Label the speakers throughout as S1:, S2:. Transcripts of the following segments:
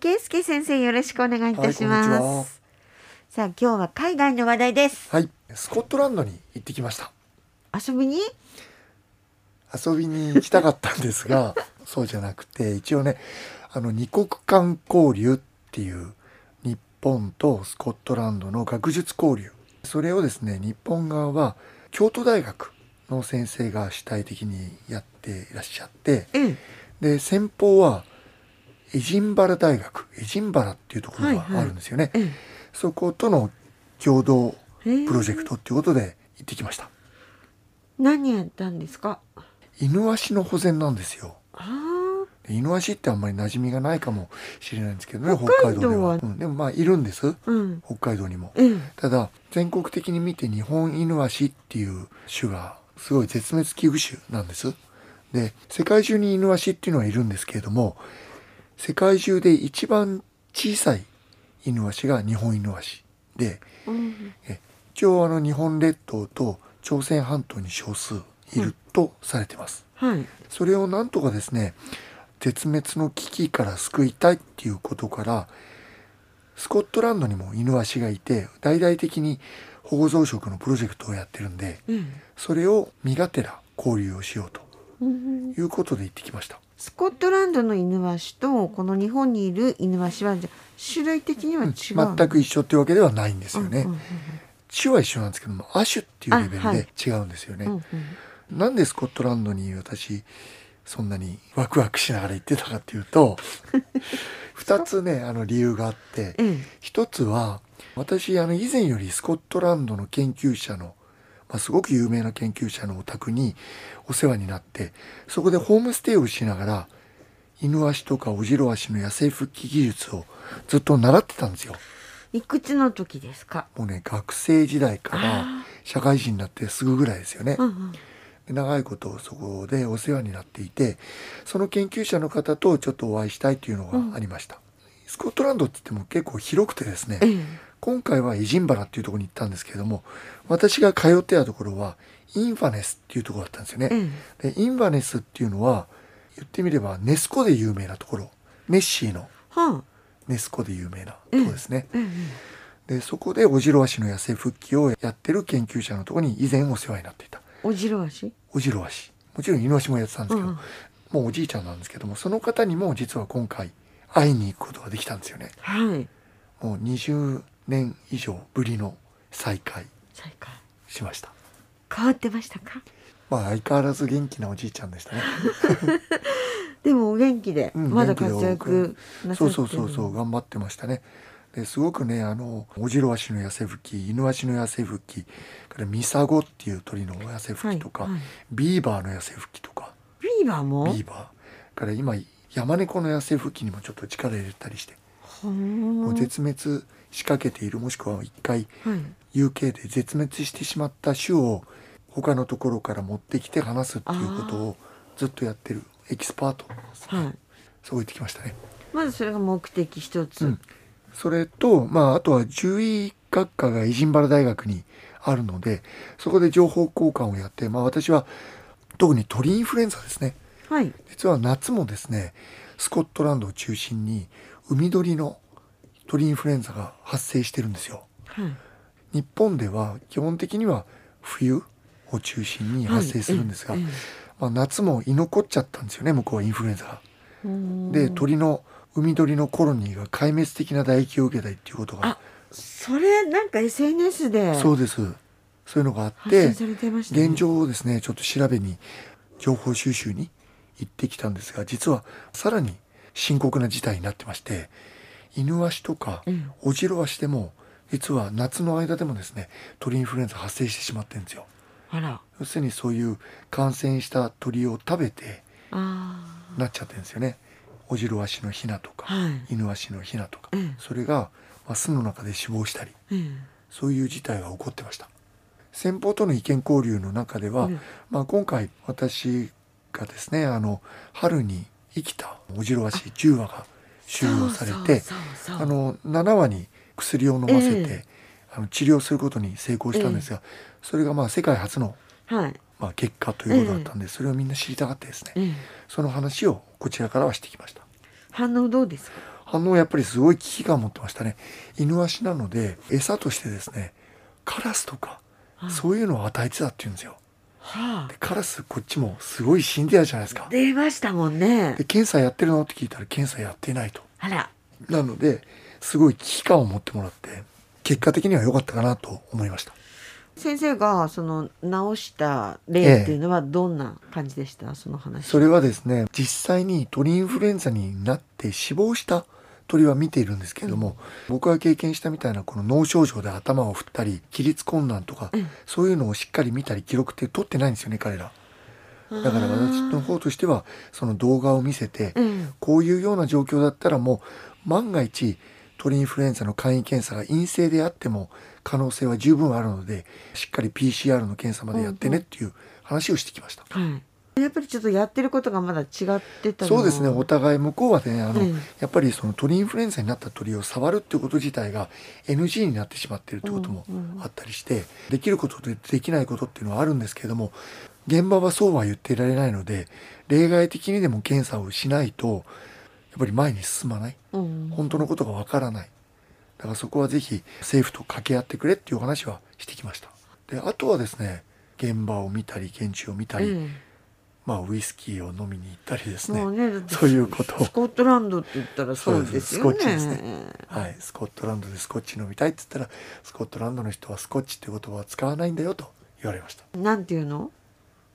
S1: 圭介先生よろしくお願いいたし
S2: はい
S1: ま
S2: こんにちは
S1: す、さあ今日は海外の話題です
S2: はい、スコットランドに行ってきました。
S1: 遊びに
S2: 遊びに行きたかったんです が、そうじゃなくて、一応ね、あの、二国間交流っていう、日本とスコットランドの学術交流。それをですね、日本側は、京都大学の先生が主体的にやっていらっしゃって、
S1: うん
S2: で、先方は、エジンバラ大学、エジンバラっていうところがあるんですよね。
S1: うん
S2: そことの共同プロジェク
S1: ト
S2: トっていうことで行ってきました。
S1: 何やったんですか
S2: イヌワシの保全なんですよ。
S1: あ
S2: でイヌワシってあんまり馴染みがないかもしれないんですけどね、
S1: 北海道
S2: で
S1: は
S2: うんでもまあいるんです。
S1: ーうん
S2: 北海道にも。
S1: うん
S2: ただ、全国的に見て日本イヌワシっていう種がすごい絶滅危惧種なんです。で、世界中にイヌワシっていうのはいるんですけれども、世界中で一番小さいイヌワシが日本イヌワシで、
S1: うん
S2: え一応あの日本列島と朝鮮半島に少数いるとされてます、
S1: はい
S2: それをなんとかですね絶滅の危機から救いたいっていうことからスコットランドにもイヌワシがいて大々的に保護増殖のプロジェクトをやってるんで
S1: うん
S2: それを身がてら交流をしようと
S1: うん
S2: いうことで行ってきました
S1: スコットランドのイヌワシとこの日本にいるイヌワシはじゃあ種類的には違う、
S2: 全く一緒っていうわけではないんですよね、
S1: うんうん
S2: 種は一緒なんですけども亜種っていうレベ
S1: あ
S2: ル
S1: はい
S2: で違うんですよね、
S1: うんうん
S2: なんでスコットランドに私そんなにワクワクしながら行ってたかっていう と二つねあの理由があって
S1: うんうん
S2: 一つは私あの以前よりスコットランドの研究者の、まあ、すごく有名な研究者のお宅にお世話になってそこでホームステイをしながらイヌワシとかオジロワシの野生復帰技術をずっと習ってたんですよ。
S1: いくつの時ですか
S2: もうね学生時代から
S1: あ
S2: 社会人になってすぐぐらいですよね。
S1: うんうん
S2: 長いことそこでお世話になっていてその研究者の方とちょっとお会いしたいというのがありました、スコットランドって言っても結構広くてですね
S1: ええ
S2: 今回はエジンバラっていうところに行ったんですけれども私が通ってたところはインファネスっていうところだったんですよね、
S1: え
S2: でインファネスっていうのは言ってみればネスコで有名なところネッシーの
S1: はあ
S2: ネスコで有名なところですね、
S1: ええ
S2: でそこでオジロワシの野生復帰をやってる研究者のところに以前お世話になっていた
S1: おじろわし
S2: オジロワシもちろんイノワシもやってたんですけど、
S1: うんうん
S2: もうおじいちゃんなんですけどもその方にも実は今回会いに行くことができたんですよね
S1: はい
S2: もう20年以上ぶりの再会
S1: 再開
S2: しました
S1: 変わってましたか
S2: まあ相変わらず元気なおじいちゃん でしたね、
S1: でもお元気で、
S2: うん、
S1: まだ
S2: 元気で
S1: 活躍なさ
S2: そ
S1: っ
S2: う
S1: て
S2: そうそうそう頑張ってましたねですごくねあのオジロワシの野生復帰イヌワシの野生復帰からミサゴっていう鳥の野生復帰とか、
S1: はいはい
S2: ビーバーの野生復帰とか
S1: ビーバーも
S2: ビーバーから今山猫の野生復帰にもちょっと力入れたりして
S1: ほーん
S2: もう絶滅しかけているもしくは一回
S1: はい、
S2: UK で絶滅してしまった種を他のところから持ってきて話すっていうことをずっとやってるエキスパートですね、
S1: はい、
S2: そう言ってきましたね。
S1: まずそれが目的一つ、
S2: うん、それと、まあ、あとは獣医学科がエジンバラ大学にあるのでそこで情報交換をやって、まあ、私は特に鳥インフルエンザですね
S1: はい
S2: 実は夏もですねスコットランドを中心に海鳥の鳥インフルエンザが発生してるんですよ。
S1: はい
S2: 日本では基本的には冬を中心に発生するんですが、
S1: はいえええ
S2: まあ、夏も居残っちゃったんですよね向こうはインフルエンザが。
S1: えほーん
S2: で鳥の海鳥のコロニーが壊滅的な打撃を受けたりっていうことが
S1: あそれなんか SNS で発
S2: そうですそういうのがあって
S1: 信されてましたね
S2: 現状をですねちょっと調べに情報収集に行ってきたんですが実はさらに深刻な事態になってましてイヌワシとか
S1: うん
S2: オジロワシでも実は夏の間でもですね鳥インフルエンザ発生してしまってるんですよ。
S1: あら
S2: 要するにそういう感染した鳥を食べて
S1: あ
S2: なっちゃってるんですよねオジロワシのヒナと
S1: ー
S2: か、
S1: はい
S2: イヌワシのヒナとか、
S1: ええ
S2: それが、まあ、巣の中で死亡したり
S1: ええ
S2: そういう事態が起こってました先方との意見交流の中では、
S1: うん
S2: まあ、今回私がですねあの春に生きたオジロワシ10羽が収容されて
S1: そうそうそうそう
S2: あの7羽に薬を飲ませて、
S1: え
S2: あの治療することに成功したんですが、それがまあ世界初の
S1: はい、
S2: まあ、結果ということだったんで、それをみんな知りたがってですね、
S1: ええ
S2: その話をこちらからはしてきました
S1: 反応どうですか
S2: 反応をやっぱりすごい危機感を持ってましたねイヌワシなので餌としてですねカラスとか
S1: はい
S2: そういうのを与えてたっていうんですよ
S1: は
S2: でカラスこっちもすごい死んでたじゃないですか
S1: あ、出ましたもんね
S2: で検査やってるのって聞いたら検査やってないと
S1: あら
S2: なのですごい危機感を持ってもらって結果的には良かったかなと思いました
S1: 先生がその直した例っていうのはどんな感じでした、その話
S2: それはですね実際に鳥インフルエンザになって死亡した鳥は見ているんですけれども、僕が経験したみたいなこの脳症状で頭を振ったり起立困難とか、
S1: うん
S2: そういうのをしっかり見たり記録って取ってないんですよね彼らだから私の方としてはその動画を見せて、
S1: うん
S2: こういうような状況だったらもう万が一鳥インフルエンザの簡易検査が陰性であっても可能性は十分あるのでしっかり PCR の検査までやってねっていう話をしてきました。
S1: はい、やっぱりちょっとやってることがまだ違ってたの
S2: そうですねお互い向こうはねあの、
S1: うん
S2: やっぱりその鳥インフルエンザになった鳥を触るってこと自体が NG になってしまっているってこともあったりして、できることとできないことっていうのはあるんですけれども現場はそうは言っていられないので例外的にでも検査をしないとやっぱり前に進まない
S1: うん
S2: 本当のことがわからないだからそこはぜひ政府と掛け合ってくれっていうお話はしてきましたであとはですね現場を見たり現地を見たり、
S1: え
S2: まあウイスキーを飲みに行ったりです
S1: え
S2: ね
S1: もうねだって
S2: そういうことを
S1: スコットランドって言ったらそうですよね
S2: そうですスコッチではい、スコットランドでスコッチ飲みたいって言ったらスコットランドの人はスコッチって言葉は使わないんだよと言われました
S1: なんていうの、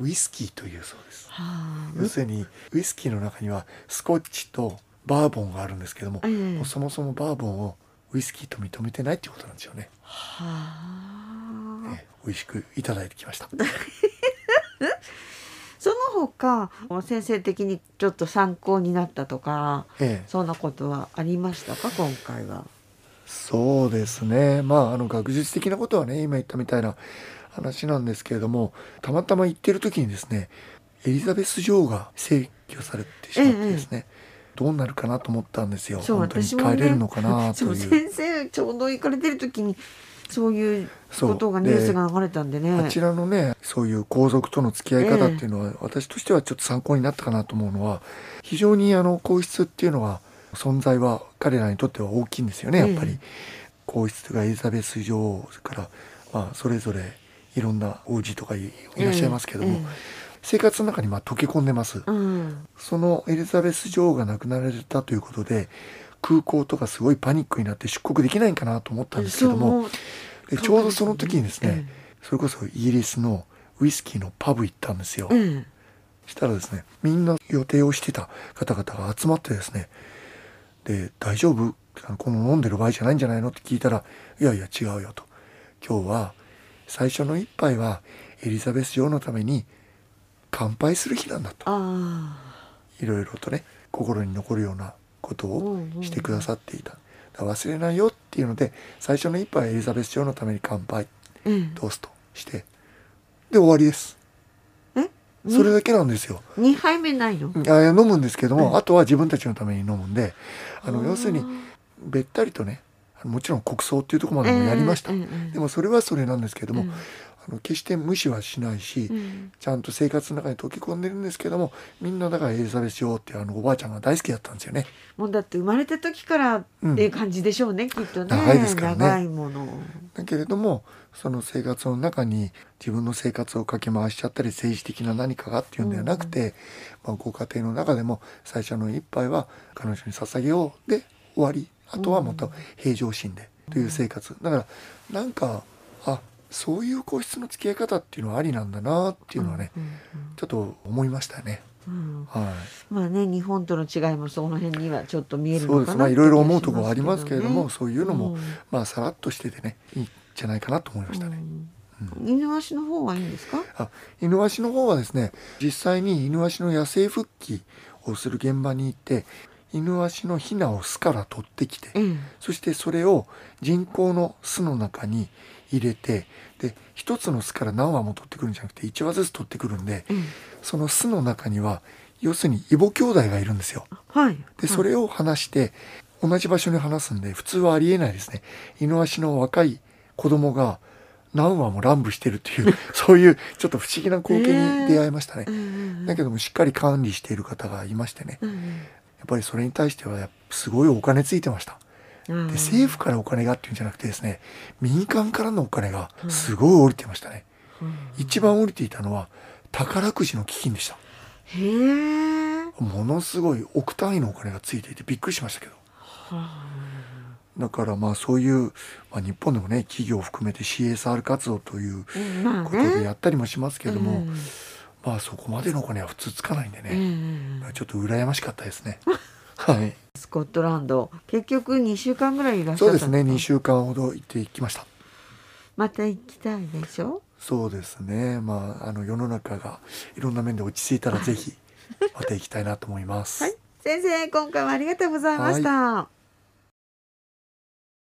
S2: ウイスキーというそうです
S1: は
S2: 要するにウイスキーの中にはスコッチとバーボンがあるんですけども、
S1: ええ
S2: もうそもそもバーボンをウイスキーと認めてないっていうことなんですよね、
S1: あ、はあ、
S2: ええ美味しくいただいてきま した
S1: その他先生的にちょっと参考になったとか
S2: ええ
S1: そんなことはありましたか今回は。
S2: そうですねまああの学術的なことはね今言ったみたいな話なんですけれどもたまたま行ってる時にですねエリザベス女王が逝去されてしまってですね、どうなるかなと思ったんですよ
S1: そう
S2: 本当に
S1: 私
S2: 帰
S1: もね
S2: れるのかな
S1: そ
S2: と
S1: う
S2: いう
S1: 先生ちょうど行かれてる時にそういう
S2: そう
S1: ことがニュースが流れたんでね。
S2: あちらのねそういう皇族との付き合い方っていうのは、私としてはちょっと参考になったかなと思うのは非常にあの皇室っていうのは存在は彼らにとっては大きいんですよねやっぱり、
S1: ええ
S2: 皇室がエリザベス女王それから、まあ、それぞれいろんな王子とかいいらっしゃいますけども、
S1: ええええ
S2: 生活の中にまあ溶け込んでます、
S1: うん、
S2: そのエリザベス女王が亡くなられたということで空港とかすごいパニックになって出国できないんかなと思ったんですけど
S1: そ
S2: も、
S1: う
S2: でちょうどその時にですね、
S1: え
S2: それこそイギリスのウイスキーのパブ行ったんですよ、
S1: え
S2: したらですねみんな予定をしてた方々が集まってですねで「大丈夫あのこの飲んでる場合じゃないんじゃないの?」って聞いたら「いやいや違うよ」と「今日は最初の一杯はエリザベス女王のために乾杯する日なんだ」と
S1: あ
S2: いろいろとね心に残るようなこと
S1: う
S2: を
S1: んうん
S2: してくださっていた。だから忘れないよっていうので最初の一杯はエリザベス女王のために乾杯
S1: あ、え
S2: トーストしてで終わりです
S1: ええ
S2: それだけなんですよ、
S1: 二杯目ないの、
S2: あ飲むんですけども、
S1: うん
S2: あとは自分たちのために飲むんであ
S1: あ
S2: の
S1: ー
S2: 要するにべったりとねもちろん国葬っていうところまでもやりました、
S1: ええええええ
S2: でもそれはそれなんですけども、
S1: うん
S2: あの決して無視はしないし、
S1: うん
S2: ちゃんと生活の中に溶け込んでるんですけどもみんなだからエリザベス女王っていうあのおばあちゃんが大好きだったんですよね
S1: もうだって生まれた時からっていう感じでしょうね、きっとね
S2: 長いですからね
S1: 長いもの
S2: だけれどもその生活の中に自分の生活をかき回しちゃったり政治的な何かがっていうんではなくて、まあ、ご家庭の中でも最初の一杯は彼女に捧げようで終わりあとはまた平常心でという生活だからなんかあそういう皇室の付き合い方っていうのはありなんだなっていうのはね、
S1: うん
S2: ちょっと思いましたね。
S1: うん
S2: は
S1: まあね日本との違いもその辺にはちょっと見
S2: い、
S1: える
S2: そ
S1: の
S2: うで
S1: か
S2: す
S1: な
S2: まあいろいろ思うところは
S1: は
S2: ありますけれどもそういうのも、
S1: うん
S2: まあさらっとしててねいいんじゃないかなと思いましたね。
S1: 犬足の方はいいんですか
S2: あイヌワシの方はですね実際にイヌワシの野生復帰をする現場に行ってイヌワシのヒナを巣から取ってきて
S1: ええ
S2: そしてそれを人工の巣の中に入れてで一つの巣から何羽も取ってくるんじゃなくて1羽ずつ取ってくるんで
S1: ええ
S2: その巣の中には要するにイボ兄弟がいるんですよ。
S1: はい
S2: でそれを離して同じ場所に離すんで普通はありえないですねイノワシの若い子供が何羽も乱舞してると いうそういうちょっと不思議な光景に出会いましたね、
S1: うんうんうん
S2: だけどもしっかり管理している方がいましてね
S1: うんうん
S2: やっぱりそれに対してはやっぱすごいお金ついてました。
S1: うん
S2: で政府からお金がっていうんじゃなくてですね民間からのお金がすごい降りてましたね、一番降りていたのは宝くじの基金でした
S1: へえ。
S2: ものすごい億単位のお金がついていてびっくりしましたけどだからまあそういう、まあ、日本でもね企業を含めて CSR 活動という
S1: まあ
S2: こと
S1: ね。
S2: でやったりもしますけれども、
S1: うん
S2: まあそこまでのお金は普通つかないんで
S1: うんうん
S2: ね、
S1: うん
S2: ちょっと羨ましかったです ねはい
S1: スコットランド結局2週間ぐらいいらっしゃ
S2: そ
S1: っ
S2: う
S1: た
S2: ですね
S1: ん
S2: 2
S1: か
S2: 週間ほど行ってきました
S1: また行きたいでしょ
S2: そうですね。まあ、あの世の中がいろんな面で落ち着い たらぜひ、また行きたいなと思います。
S1: はい先生今回はありがとうございました、